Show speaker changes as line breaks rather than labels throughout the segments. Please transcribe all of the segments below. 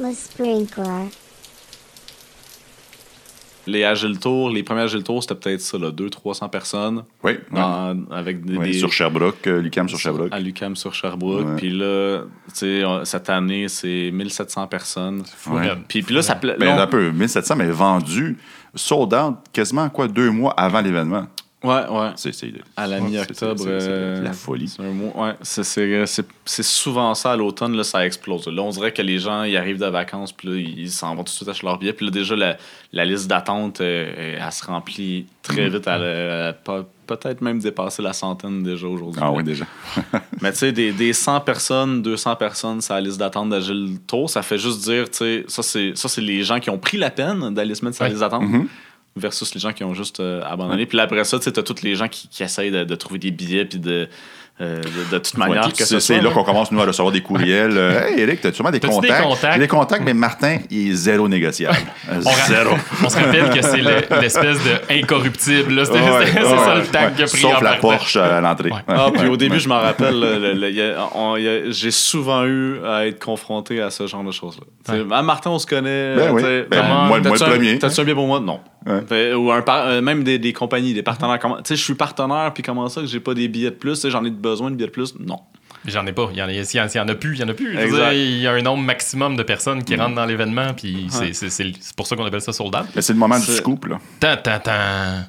Le sprinkler.
Les Agile Tours, les premiers Agile Tours, c'était peut-être ça, là, 200-300 personnes.
Oui, oui.
dans- avec des,
Oui,
des-
Sur Sherbrooke, euh, Lucam sur Sherbrooke.
À l'UCAM sur Sherbrooke.
Ouais.
Puis là, tu sais, on- cette année, c'est 1700 personnes.
Ouais.
raide.
Puis, puis là, ça pla-
Ben,
là, on-
un peu, 1700, mais vendu, sold out, quasiment quoi, deux mois avant l'événement.
Ouais, ouais.
C'est, c'est-
À la
c'est-
mi-octobre.
c'est- c'est- c'est-
euh,
c'est la folie.
C'est un mois. Ouais, c'est- c'est- c'est c'est souvent ça à l'automne, là, ça explose. Là, on dirait que les gens ils arrivent de vacances, puis là, ils s'en vont tout de suite acheter leur billet. Puis là, déjà, la, la liste d'attente, euh, euh, elle se remplit
Mm.
très vite. Elle, euh, peut- peut-être même dépasser la centaine déjà aujourd'hui.
Ah oui, déjà.
Mais tu sais, des, des 100 personnes, 200 personnes, ça la liste d'attente d'Agile Tour, ça fait juste dire, tu sais, ça c'est, ça, c'est les gens qui ont pris la peine d'aller se mettre sur la
Ouais.
liste d'attente
Mhm.
versus les gens qui ont juste euh, abandonné. Puis là, après ça, tu sais, t'as tous les gens qui, qui essayent de, de trouver des billets, puis de, euh, de, de toute manière
Ouais,
que
c'est,
ce soit.
c'est là qu'on commence, nous, à recevoir des courriels. euh, hey, Eric, t'as-tu sûrement des
T'as-tu des
contacts?
contacts?
J'ai des contacts, mais Martin, il est zéro négociable. Euh,
ra-
zéro.
On se rappelle que c'est le- l'espèce de incorruptible. là. C'est
Ouais,
c'est- c'est
ouais,
ça
ouais.
le tag qu'il a pris.
Sauf
en
la
partant.
Porsche euh, à l'entrée.
Ouais.
Ah, puis au début,
ouais.
je m'en rappelle, le- le- le- y a- on- y a- j'ai souvent eu à être confronté à ce genre de choses-là. Tu sais, Ah, Martin, on se connaît.
Ben
euh,
oui.
tu sais,
Ben,
comment-
moi- moi
t'as-tu
le
un-
premier.
T'as-tu un bien pour moi? Non.
Ouais.
Fait- Ou un par- euh, même des, des compagnies, des partenaires. comment- Tu sais, je suis partenaire, puis comment ça que j'ai pas des billets de plus? Tu sais, J'en ai besoin de billets de plus? Non.
J'en ai pas. Il y en a, s'il y en- s'il y en a plus, il y en a plus. Je veux
Exact.
dire, Il y a un nombre maximum de personnes
Mm.
qui rentrent dans l'événement. Puis c'est- c'est c'est- c'est pour ça qu'on appelle ça sold out.
Mais c'est le moment du
C'est-
scoop, là.
Tant, tant, tant.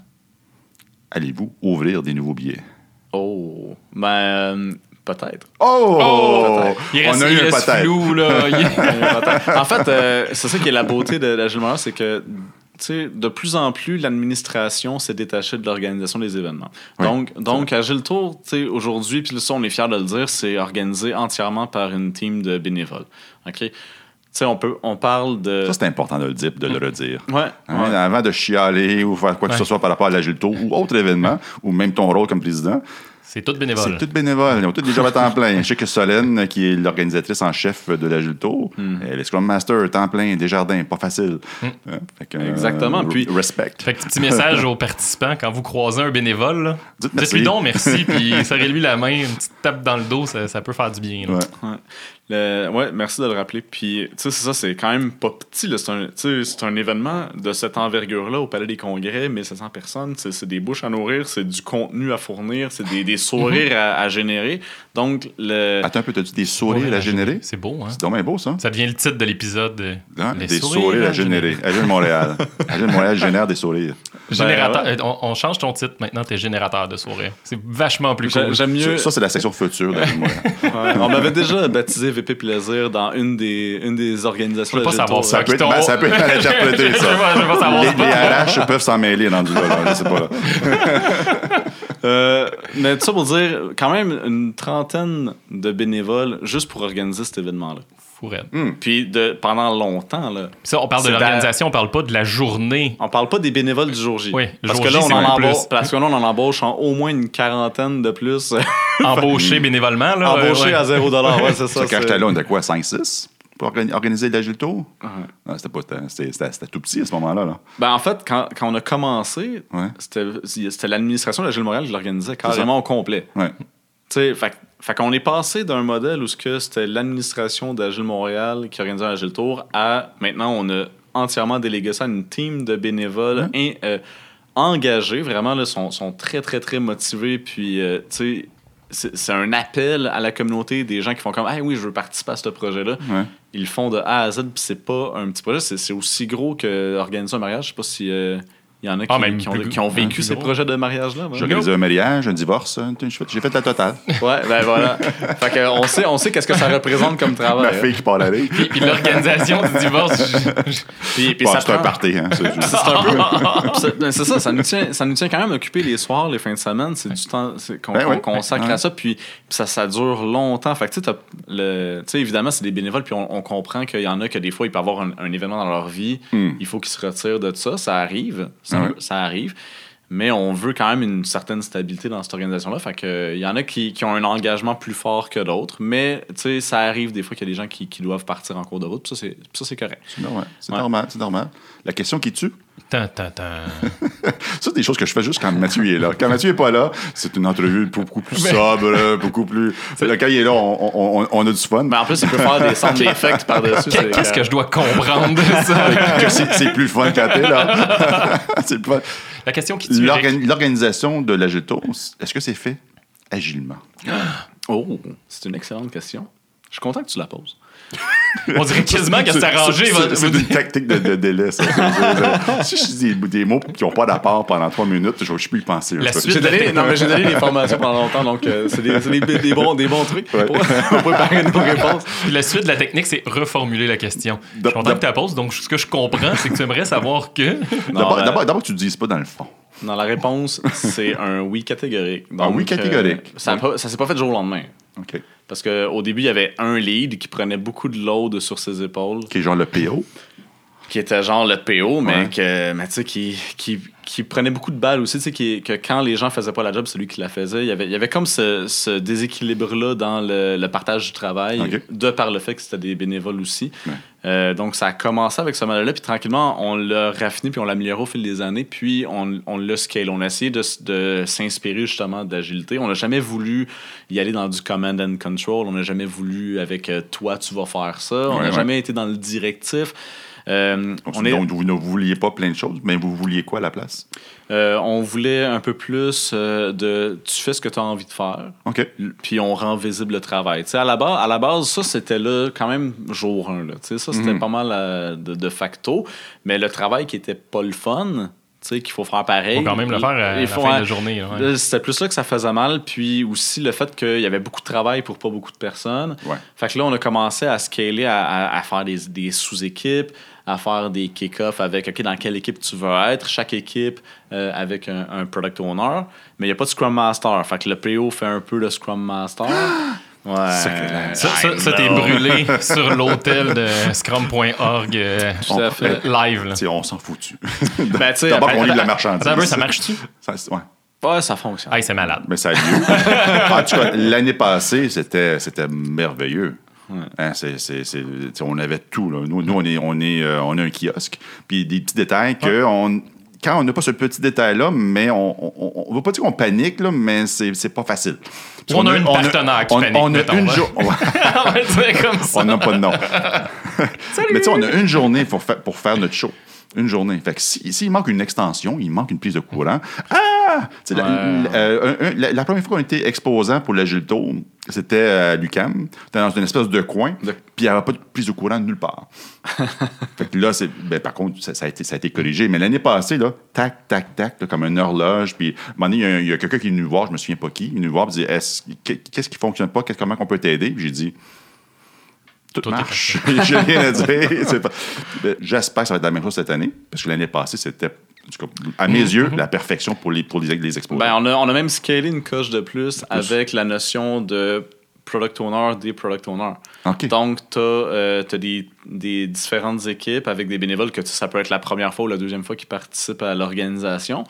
Allez-vous ouvrir des nouveaux billets?
Oh. Ben, euh, peut-être.
Oh!
Il reste,
On a eu
il
un
reste
patate.
flou, là. Il-
en fait, euh, c'est ça qui est la beauté de la Gilmore, c'est que tu sais, de plus en plus, l'administration s'est détachée de l'organisation des événements.
Oui,
donc, donc à Gilles Tour, tu sais, aujourd'hui, puis ça, on est fiers de le dire, c'est organisé entièrement par une team de bénévoles. OK? Tu sais, on, peut, on parle de...
Ça, c'est important de le dire, de le redire.
Euh, ouais,
Hein,
ouais.
Avant de chialer ou faire quoi que
Ouais.
ce soit par rapport à la Gilto ou autre événement, ou même ton rôle comme président,
C'est tout
c'est
bénévole.
tout bénévole. Ils ont tous des jobs à temps plein. Je sais que Solène, qui est l'organisatrice en chef de la Gilto,
Mm.
elle est Scrum Master, temps plein, Desjardins, pas facile. Hein, fait que, euh,
Exactement,
re-
puis-
Respect.
Fait que petit message aux participants, quand vous croisez un bénévole, là,
Dites merci.
dites-lui donc merci, puis serrez-lui la main, une petite tape dans le dos, ça, ça peut faire du bien. là.
Ouais.
Ouais. Le- ouais, merci de le rappeler. Puis, tu sais, c'est ça, c'est quand même pas petit. là. C'est un, tu sais, c'est un événement de cette envergure-là au Palais des Congrès, 1700 personnes. C'est c'est des bouches à nourrir, c'est du contenu à fournir, c'est des, des
Mhm.
sourires à, à générer. Donc, le.
Attends un peu, t'as dit des sourires à générer?
C'est beau, hein?
C'est dommage beau, ça.
Ça devient le titre de l'épisode. euh,
Hein?
Les
Des sourires à générer. Agile Montréal. Agile Montréal génère des sourires.
Générateur.
Ben,
euh, On, on change ton titre maintenant, t'es générateur de sourires. C'est vachement plus
J'a-
cool.
J'aime mieux.
Ça, ça, c'est la section future d'Agile Montréal.
Ouais, on m'avait déjà baptisé VP Plaisir dans une des, une des organisations.
Je veux pas
de
savoir
Gilles
ça.
Ça peut, être
Quittons.
mal, ça peut être mal interprété,
Je
ça.
veux pas- je veux pas savoir.
Les, les RH peuvent s'en mêler dans du là, je sais pas. là.
Euh, mais tout ça pour dire, quand même, une trentaine de bénévoles juste pour organiser cet événement-là.
Fourette.
Puis, de, pendant longtemps, là.
Ça, on parle de
C'est
l'organisation, on parle pas de la journée.
On parle pas des bénévoles du jour J.
Oui, le
parce,
jour
que là,
J,
on
c'est
en
beaucoup
embauche,
plus.
parce que là, on en embauche en au moins une quarantaine de plus.
Embauché bénévolement, là. euh,
Embauchés
ouais.
à 0 ouais, c'est ça.
Parce que quand
c'est-
j'étais là, on était quoi, 5-6 pour organi- organiser l'Agile Tour? Non, c'était pas tant- c'était- C'était c'était tout petit à ce moment-là. là.
Ben, en fait, quand, quand on a commencé,
Ouais.
c'était c'était l'administration de la Gilles Montréal qui l'organisait carrément au complet.
Ouais.
Tu sais, fait, fait qu'on est passé d'un modèle où ce que c'était l'administration d'Agile Montréal qui organisait l'Agile Tour à maintenant on a entièrement délégué ça à une team de bénévoles
Mm-hmm.
et, euh, engagés, vraiment, là, sont, sont très, très, très motivés. Puis, euh, tu sais, c'est c'est un appel à la communauté des gens qui font comme Ah oui, je veux participer à ce projet-là.
Ouais.
Ils le font de A à Z, puis c'est pas un petit projet, c'est c'est aussi gros que organiser un mariage. Je sais pas si. euh, il y en a qui,
Ah, même
qui ont,
plus-
qui ont vécu
plus
ces
gros.
projets de mariage-là. ouais.
J'ai organisé un mariage, un divorce, un- j'ai fait- j'ai fait la totale.
Ouais, ben voilà. fait que on sait, on sait qu'est-ce que ça représente comme travail.
Ma
hein.
fille qui part la rire.
Puis l'organisation du divorce. je- je-
hein. Puis, puis
Bon,
ça
c'est un
prend-
party. Hein, c'est-
c'est un peu- c'est- ben, c'est ça, ça nous, tient, ça nous tient quand même occupés les soirs, les fins de semaine. C'est du temps c'est qu'on
Ben
qu'on
oui.
consacre
Ouais.
à ça. Puis, puis ça, ça dure longtemps. Fait que, tu sais, t'as le- tu sais, évidemment, c'est des bénévoles. Puis on, on comprend qu'il y en a que des fois, il peut avoir un, un événement dans leur vie.
Hmm.
Il faut qu'ils se retirent de ça. Ça arrive. Ça,
Ah ouais.
ça arrive. Mais on veut quand même une certaine stabilité dans cette organisation-là. Fait que, euh, il y en a qui, qui ont un engagement plus fort que d'autres. Mais tu sais, ça arrive des fois qu'il y a des gens qui, qui doivent partir en cours de route. Puis ça, c'est- puis ça, c'est correct.
C'est normal, c'est
Ouais.
normal, c'est normal. La question qui tue,
Tan, tan, tan.
Ça, c'est des choses que je fais juste quand Mathieu est là. Quand Mathieu est pas là, c'est une entrevue beaucoup plus sobre, beaucoup plus. Là, quand il est là, on, on- on- on a du fun.
Mais en plus, il peut faire des sound effects par-dessus. c'est-
Qu'est-ce que je dois comprendre de ça?
Que c'est c'est plus fun quand t'es là. c'est plus fun.
La question qui tue. Eric.
L'organ- L'organisation de l'agilto, est-ce que c'est fait agilement?
Oh, c'est une excellente question. Je suis content que tu la poses.
On dirait quasiment que c'est arrangé.
C'est-
votre-
C'est une tactique de, de délai, ça. si je dis des, des mots qui n'ont pas d'apport pendant trois minutes, je, je peux y penser. un
La
peu.
suite.
J'ai donné, non, mais j'ai donné les formations pendant longtemps, donc euh, c'est des, c'est des- des bons, des bons trucs
Ouais.
pour, pour préparer nos réponses.
Puis la suite de la technique, c'est reformuler la question. Je
Da-
suis content
da-
que tu la poses, donc ce que je comprends, c'est que tu aimerais savoir que.
Non,
D'abord,
ben-
euh,
d'abord- d'abord, tu ne dises pas dans le fond.
Non, la réponse, c'est un oui catégorique.
Un
Donc,
oui catégorique.
euh, ça a pas- ça s'est pas fait du jour au lendemain.
OK.
Parce qu'au début, il y avait un lead qui prenait beaucoup de load sur ses épaules,
Qui est genre le PO.
qui était genre le PO, mais,
Ouais.
que, mais tu sais, qui, qui, qui prenait beaucoup de balles aussi. Tu sais, qui- que quand les gens faisaient pas la job, c'est lui qui la faisait. Il y avait, il y avait comme ce, ce déséquilibre-là dans le, le partage du travail,
Ok.
de par le fait que c'était des bénévoles aussi.
Ouais.
Euh, donc, ça a commencé avec ce modèle-là, puis tranquillement, on l'a raffiné, puis on l'a amélioré au fil des années, puis on, on l'a scale. On a essayé de, s- de s'inspirer justement d'agilité. On n'a jamais voulu y aller dans du command and control. On n'a jamais voulu avec euh, toi, tu vas faire ça. On
Ouais,
n'a
ouais.
jamais été dans le directif. Euh,
Donc,
on, est-
donc, vous ne vouliez pas plein de choses, mais vous vouliez quoi à la place?
euh, on voulait un peu plus euh, de tu fais ce que tu as envie de faire.
OK.
puis on rend visible le travail. Tu sais, à, la base, à la base, ça, c'était là quand même jour 1. Là. Tu sais, Ça, c'était
Mhm.
pas mal euh, de, de facto. Mais le travail qui était pas le fun, tu sais, qu'il faut faire pareil.
Faut quand même le faire à
Il
la
faut-
fin de la journée. là, ouais.
Là, Euh, C'était plus là que ça faisait mal, puis aussi le fait qu'il y avait beaucoup de travail pour pas beaucoup de personnes.
Ouais.
Fait que là, on a commencé à scaler, à, à- à faire des, des sous-équipes, à faire des kick-offs avec OK, dans quelle équipe tu veux être, chaque équipe euh, avec un, un product owner. Mais il n'y a pas de Scrum Master. Fait que le PO fait un peu le Scrum Master. Ouais.
clair.
Ça, ça, ça, t'es brûlé sur l'hôtel de scrum.org euh,
Tout à fait.
euh, live. Là.
T'sais, on s'en fout dessus.
Ben, tu sais,
D'abord,
après-
on livre la
après-
marchandise.
Attends un peu, ça marche-tu?
Ça, c'est- ouais.
Ouais, ça fonctionne.
Ah, c'est malade.
Mais ça a lieu. en tout cas, l'année passée, c'était, c'était merveilleux. Hein, c'est- c'est- c'est- tu sais, on avait tout. là. Nous, nous, on, est, on, est, euh, on a un kiosque. Puis des petits détails que on- quand on n'a pas ce petit détail-là, mais on ne va pas dire qu'on panique, là, mais c'est, c'est pas facile. Parce
On
qu'on
a une partenaire qui
on-
panique,
on a
mettons,
une
hein.
jour- Ouais.
Ah
on va le dire comme ça.
On n'a pas de nom. Mais tu sais, on a une journée pour, fa- pour faire notre show. Une journée. Fait que si- s'il manque une extension, il manque une prise de courant. Ah! Tu sais, La,
Ouais.
la- euh, un- un- la- la première fois qu'on était exposant pour l'agilto, c'était euh, à l'UCAM. C'était dans une espèce de coin,
De-
puis il n'y avait pas de prise de courant nulle part. fait que là, c'est, ben, par contre, ça, ça a été, ça a été corrigé. Mais l'année passée, là, tac, tac, tac, là, comme une horloge. Puis, à un moment donné, il y a un- il y a, quelqu'un qui est venu voir, je me souviens pas qui, il est venu voir, puis il dit Est-ce- Qu'est-ce qui fonctionne pas Qu'est-ce- Comment on peut t'aider Puis j'ai dit tout,
Tout est
marche. J'ai rien à dire. C'est pas- Ben, J'espère que ça va être la même chose cette année, parce que l'année passée, c'était, en tout cas, à mes yeux, la perfection pour les, pour les, les exposants.
Mm-hmm. Ben, on, a, on a même scalé une coche de plus avec la notion de product owner des product owners.
OK.
Donc, tu as, des, des différentes équipes avec des bénévoles que tu- ça peut être la première fois ou la deuxième fois qu'ils participent à l'organisation.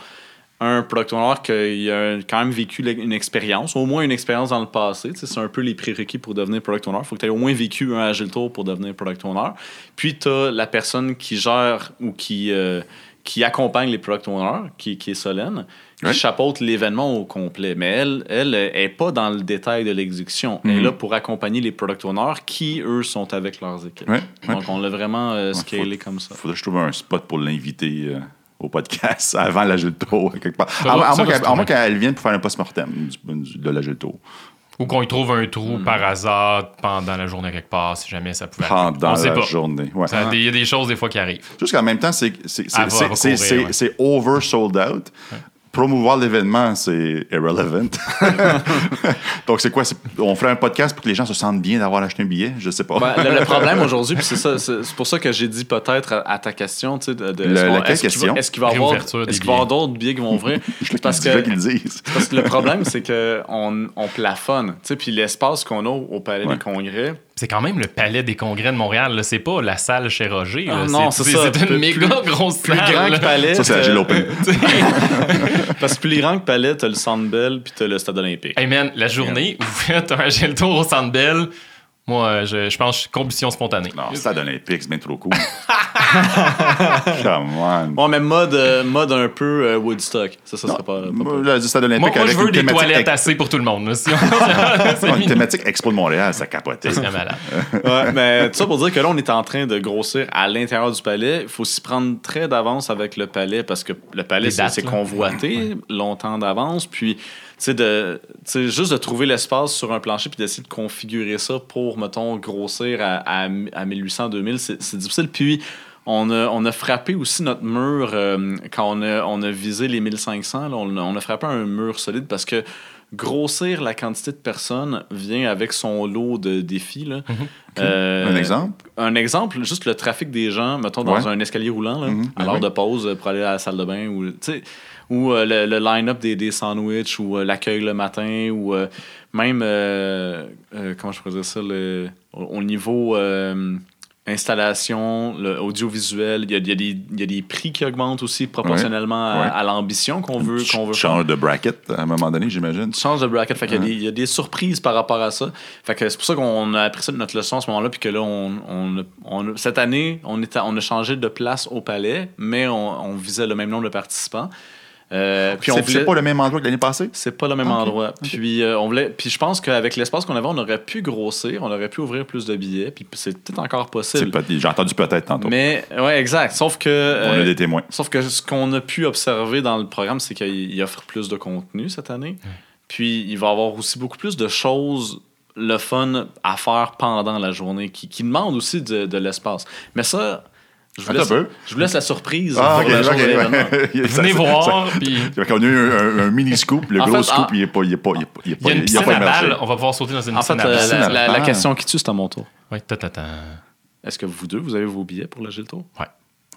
Un product owner qui a quand même vécu l'e- une expérience, au moins une expérience dans le passé. Tu sais, C'est un peu les prérequis pour devenir product owner. Il faut que tu aies au moins vécu un Agile Tour pour devenir product owner. Puis, tu as la personne qui gère ou qui, euh, qui accompagne les product owners, qui, qui est Solène, qui
Ouais.
chapeaute l'événement au complet. Mais elle, elle n'est pas dans le détail de l'exécution. Elle est
Mhm.
là pour accompagner les product owners qui, eux, sont avec leurs équipes.
Ouais, ouais.
Donc, on l'a vraiment euh, scalé
faut-
comme ça.
Faudrait que je trouve un spot pour l'inviter euh, au podcast avant la Gilto, quelque part.
va-
À, à
ça
moins
va se
qu'elle- à
trouver.
moins qu'elle vienne pour faire un post-mortem du- du- de la Gilto.
Ou qu'on y trouve un trou
Hmm.
par hasard pendant la journée quelque part, si jamais ça pouvait arriver.
pendant
Ben, on sait
la
pas.
journée.
Ah,
Ouais.
Ça- Il y a des choses des fois qui arrivent.
Juste qu'en même temps, c'est c'est-
Elle va-
c'est- c'est-
elle va
c'est-
courir,
c'est-
ouais.
c'est over sold out. Promouvoir l'événement, c'est irrelevant. Donc, c'est quoi? c'est- On ferait un podcast pour que les gens se sentent bien d'avoir acheté un billet? Je sais pas.
Ben, le, le problème aujourd'hui, puis c'est ça, c'est c'est pour ça que j'ai dit peut-être à, à ta question, tu sais, de, de-
Le-
est-ce qu'on-
laquelle
est-ce qu'il va-
question?
est-ce qu'il va y avoir,
Réouverture des
est-ce qu'il va y avoir
billets.
d'autres billets qui vont ouvrir?
je le
parce
dis, je veux
que
qu'ils le disent.
Parce que le problème, c'est qu'on on plafonne. Tu sais, puis l'espace qu'on a au Palais
Ouais.
des Congrès,
C'est quand même le palais des congrès de Montréal. là. C'est pas la salle chez Roger. là.
Ah non, c'est ça.
C'est une
Plus-
méga grosse
plus
salle.
grand
là.
que Palais.
Ça, c'est la
euh,
Gilles Open.
Parce que plus grand que Palais, t'as le Centre Bell puis t'as le Stade Olympique.
Hey man, la journée, vous faites un gel tour au Centre Bell. Moi, euh, je, je pense combustion spontanée.
Non, stade olympique, c'est bien trop cool. Come on.
Bon, mais mode, euh, mode un peu euh, Woodstock. Ça, ça serait pas. pas- pas-
Moi, le stade olympique
Moi, moi,
avec
je veux
une
des
thématique
toilettes
ex-
assez pour tout le monde. là, si on-
Ouais, une thématique Expo de Montréal, ça capotait.
Ça serait malade.
Ouais, mais tout ça pour dire que là, on est en train de grossir à l'intérieur du palais. Il faut s'y prendre très d'avance avec le palais parce que le palais,
Les
c'est
dates,
c'est
là.
convoité longtemps d'avance. Puis, tu sais, de, tu sais, juste de trouver l'espace sur un plancher puis d'essayer de configurer ça pour, mettons, grossir à, à, à 1800, 2000, c'est c'est difficile. Puis, on a, on a frappé aussi notre mur euh, quand on a, on a visé les 1500. là, on, a- on a frappé un mur solide parce que grossir la quantité de personnes vient avec son lot de défis. Là. Euh,
Mhm. Un exemple?
un exemple, juste le trafic des gens, mettons, dans
Ouais.
un escalier roulant, là,
Mhm.
à l'heure
Ben
de pause euh, pour aller à la salle de bain, ou, tu sais, ou euh, le, le line-up des, des sandwichs, ou euh, l'accueil le matin, ou euh, même, euh, euh, comment je pourrais dire ça, le- au, au niveau euh, installation, le audiovisuel, il y a, il y a des- il y a des prix qui augmentent aussi proportionnellement à,
Ouais.
à l'ambition qu'on veut, qu'on veut
Change de bracket à un moment donné, j'imagine.
change de bracket. Fait qu'il y a des- il y, a des surprises par rapport à ça. Fait que c'est pour ça qu'on a appris ça de notre leçon à ce moment-là. Puis que là, on, on, on- cette année, on, est à- on a changé de place au palais, mais on, on visait le même nombre de participants. Euh, puis on
Ah, C'est
voulait...
c'est pas le même endroit que l'année passée?
C'est pas le même
Ok,
endroit. Puis, euh, on voulait, puis je pense qu'avec l'espace qu'on avait, on aurait pu grossir, on aurait pu ouvrir plus de billets, puis c'est peut-être encore
C'est
possible.
peut- J'ai entendu peut-être tantôt.
Mais, ouais, exact. Sauf que.
On
euh,
a des témoins.
Sauf que ce qu'on a pu observer dans le programme, c'est qu'il il offre plus de contenu cette année. Puis il va avoir aussi beaucoup plus de choses, le fun à faire pendant la journée, qui, qui demande aussi de, de l'espace. Mais ça, je vous,
Attends
laisse,
un peu.
je vous laisse la surprise.
Ah,
pour
ok,
la journée de l'événement.
ok. Ça-
Venez
ça- ça-
voir, puis
Fait on a eu un, un mini scoop. Le
En
gros
fait,
scoop,
en-
il n'est pas, il est pas, il est pas, il est
il y
pas,
a une
il a
piscine
pas
à
émergé.
balles, on va pouvoir sauter dans une
En fait,
piscine à
euh,
balles.
la, la- la
Ah.
question qui tue, c'est à mon tour.
Ouais, ta, ta, ta.
Est-ce que vous deux, vous avez vos billets pour le Gilto?
Ouais.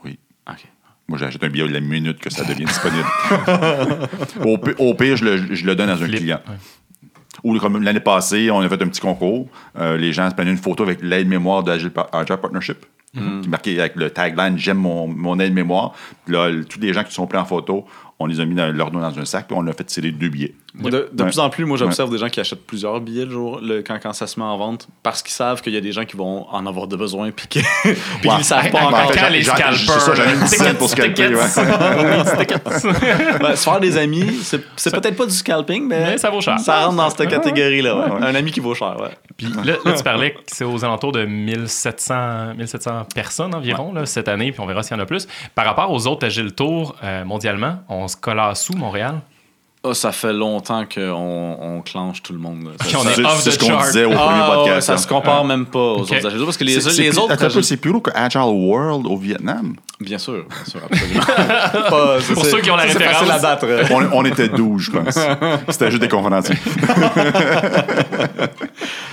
Oui.
OK.
Moi, j'achète un billet la minute que ça devient disponible. au, pi- au pire, je le, je le donne à un
Flip.
client.
Ouais.
Ou comme l'année passée, on a fait un petit concours. Euh, les gens se prenaient une photo avec l'aide-mémoire de Agile Par- Agile Partnership, qui marquait avec le tagline J'aime mon, mon aide-mémoire. Puis Là, le- tous les gens qui se sont pris en photo, on les a mis dans, leur nom dans un sac, puis on a fait tirer deux billets.
Moi, De, de
Ouais.
plus en plus, moi, j'observe des gens qui achètent plusieurs billets le jour, le- quand, quand ça se met en vente, parce qu'ils savent qu'il y a des gens qui vont en avoir de besoin, puis que- puis qu'ils
Ouais.
ne savent pas
Ouais,
encore.
en fait,
Quand
j'en-
les
j'en-
scalpers.
c'est ça, j'en ai une dizaine pour
tickets,
scalper, ouais.
tickets. Oui, tickets.
Ben, se faire des amis, c'est c'est peut-être pas du scalping, mais,
Mais ça vaut cher.
Ça rentre dans cette catégorie-là. ouais.
Ouais, ouais.
Un ami qui vaut cher, ouais.
Puis là, là, tu parlais que c'est aux alentours de 1700, 1700 personnes environ là, cette année, puis on verra s'il y en a plus. Par rapport aux autres Agile Tour euh, mondialement, on se colasse sous Montréal.
Ah, ça fait longtemps qu'on on clenche tout le monde. là. Ça-
Puis on
ça-
est
C'est
off
c'est
the
ce qu'on
chart.
disait au
Ah,
premier
ouais,
podcast.
ça
hein.
se compare même pas aux autres agiles. Parce que les,
C'est- c'est
les
plus-
autres.
attends un peu,
agiles-
C'est plus lourd que Agile World au Vietnam.
Bien sûr, bien sûr, absolument. Pas- ça,
Pour
c'est-
ceux qui ont la
ça, c'est
référence.
facile à battre.
on, on était 12, je pense. C'était juste des conférenciers.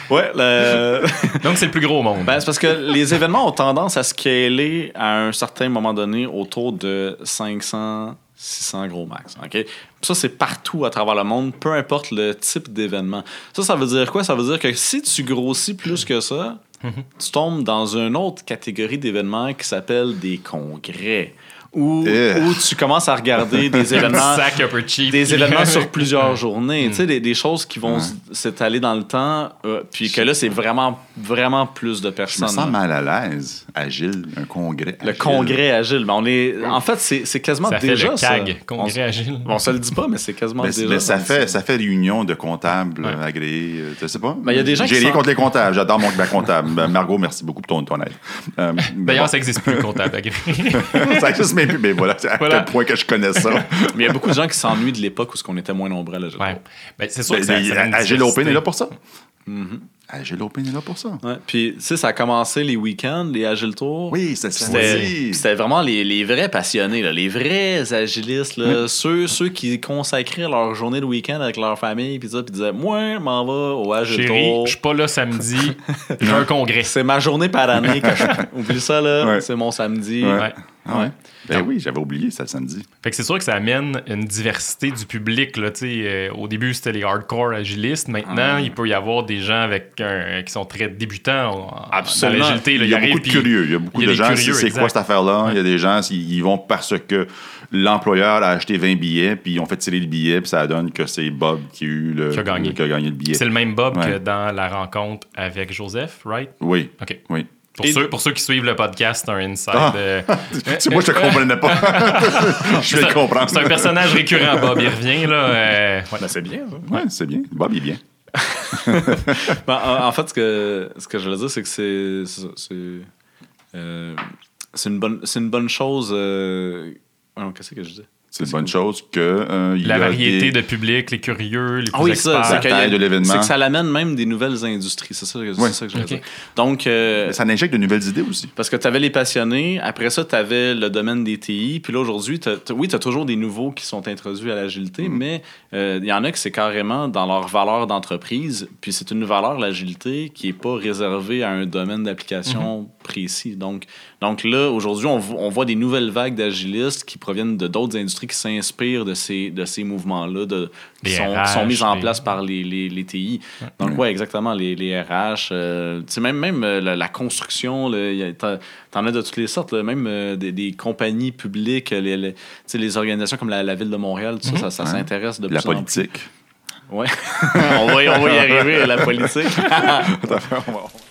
Ouais, le-
Donc, c'est le plus gros au monde.
Ben, c'est parce que les événements ont tendance à scaler à un certain moment donné autour de 500, 600 gros max. OK? Ça, c'est partout à travers le monde, peu importe le type d'événement. Ça, ça veut dire quoi? Ça veut dire que si tu grossis plus que ça, tu tombes dans une autre catégorie d'événements qui s'appelle des congrès. Où,
Ugh.
où tu commences à regarder des
Un
événements
sac un peu cheap.
des événements sur plusieurs journées, tu sais, des, des choses qui vont s- s'étaler dans le temps, euh, puis que là, c'est vraiment, vraiment plus de
Je me
personnes.
sens mal à l'aise. Agile, un congrès.
Le
agile.
congrès agile, ben, on est, en fait, c'est c'est quasiment
Ça fait
déjà
le
ça.
CAG,
On s-
Congrès Agile.
On, se le dit pas, mais c'est quasiment
Ben, c'est-
déjà.
ben, ça,
Donc,
fait,
c'est-
ça fait réunion de comptables
Ouais.
euh, agréés. euh, Je sais pas.
Ben, il y a des gens
J'ai
qui
rien
sont-
contre les comptables. J'adore mon ma comptable. Ben, Margot, merci beaucoup pour ton, ton aide. Euh, mais
D'ailleurs,
bon,
ça n'existe plus, le comptable agréé.
ça existe même plus. Mais voilà, c'est à
Voilà.
quel point que je connais ça. Ben,
Mais il y a beaucoup de gens qui s'ennuient de l'époque où ce qu'on était moins nombreux à le jeu.
Ouais. Ben, c'est sûr
Ben,
que ça,
les-
ça donne une
Agile Open
diversité.
est là pour ça.
Mhm.
Agile Open est là pour ça.
Ouais. Puis, tu sais, ça a commencé les week-ends, les Agile Tours.
Oui, c'est ça.
C'était c'était vraiment les, les vrais passionnés, là, les vrais agilistes, là, ceux, ceux qui consacraient leur journée de week-end avec leur famille, puis ça, puis disaient Moi, je m'en vais au Agile
Chérie,
Tour.
je suis pas là samedi, j'ai un congrès.
C'est ma journée par année. Que je- Oublie ça, là.
Ouais.
C'est mon samedi.
Ouais.
Ouais.
Ah ouais? Ben oui, j'avais oublié, c'était le samedi.
Fait que c'est sûr que ça amène une diversité du public. Là, tu sais, euh, au début, c'était les hardcore agilistes. Maintenant, il peut y avoir des gens avec un- qui sont très débutants en- en-
Absolument.
dans l'agilité. là.
Il
Ils
y a
arrivent,
beaucoup de
puis-
curieux. Il y a beaucoup
il y a
de
des
gens, c'est
curieux,
c'est quoi
exact.
cette affaire-là? Il y a des gens, ils ils vont parce que l'employeur a acheté 20 billets, puis ils ont fait tirer le billet, puis ça donne que c'est Bob qui a, eu le,
Qui a gagné.
qui a gagné le billet.
C'est le même Bob
Ouais.
que dans la rencontre avec Joseph, right?
Oui,
OK.
oui.
Pour,
Et-
ceux, pour ceux qui suivent le podcast, c'est un inside.
Ah.
euh,
Tu- moi, je te comprenais pas. je
c'est
vais
un-
le comprendre.
C'est un personnage récurrent, Bob. Il revient, là. euh, ouais.
Ben, c'est bien. ça.
Ouais, c'est bien. Bob, il est bien.
Ben, en, en fait, ce que, ce que je veux dire, c'est que c'est- c'est. c'est, euh, c'est une, bonne- c'est une bonne chose. euh, voyons, Qu'est-ce que je dis?
C'est une bonne chose que. euh, il y
La
a
variété
des-
de public, les curieux, les plus
Ah oui, ça,
experts.
c'est qu'il y a-
taille de l'événement.
C'est que ça l'amène même des nouvelles industries. C'est ça, que- c'est
Ouais.
ça que je veux
Ok.
dire. Donc, euh,
Ça injecte de nouvelles idées aussi.
parce que tu avais les passionnés, après ça, tu avais le domaine des TI, puis là, aujourd'hui, t'as- t'as- oui, tu as toujours des nouveaux qui sont introduits à l'agilité, mais euh, il y en a qui c'est carrément dans leur valeur d'entreprise, puis c'est une valeur, l'agilité, qui n'est pas réservée à un domaine d'application
Mm-hmm.
précis. Donc, donc là, aujourd'hui, on, vo- on voit des nouvelles vagues d'agilistes qui proviennent de d'autres industries qui s'inspirent de ces, de ces mouvements-là, de, qui
Les
sont,
RH,
qui sont mises en
les- Mm-hmm.
place par les, les, les TI. Donc, ouais, exactement, les, les RH. euh, tu sais, même, même euh, la, la construction, là, y a- t'en t'en as de toutes les sortes, là, même euh, des, des compagnies publiques, les, les, tu sais, les organisations comme la, la Ville de Montréal, tout ça, ça, ça
Mhm. Ouais.
s'intéresse de
La
plus en
politique.
plus. Ouais. on, va, y- on va y arriver, la politique.
Tout à fait. On va-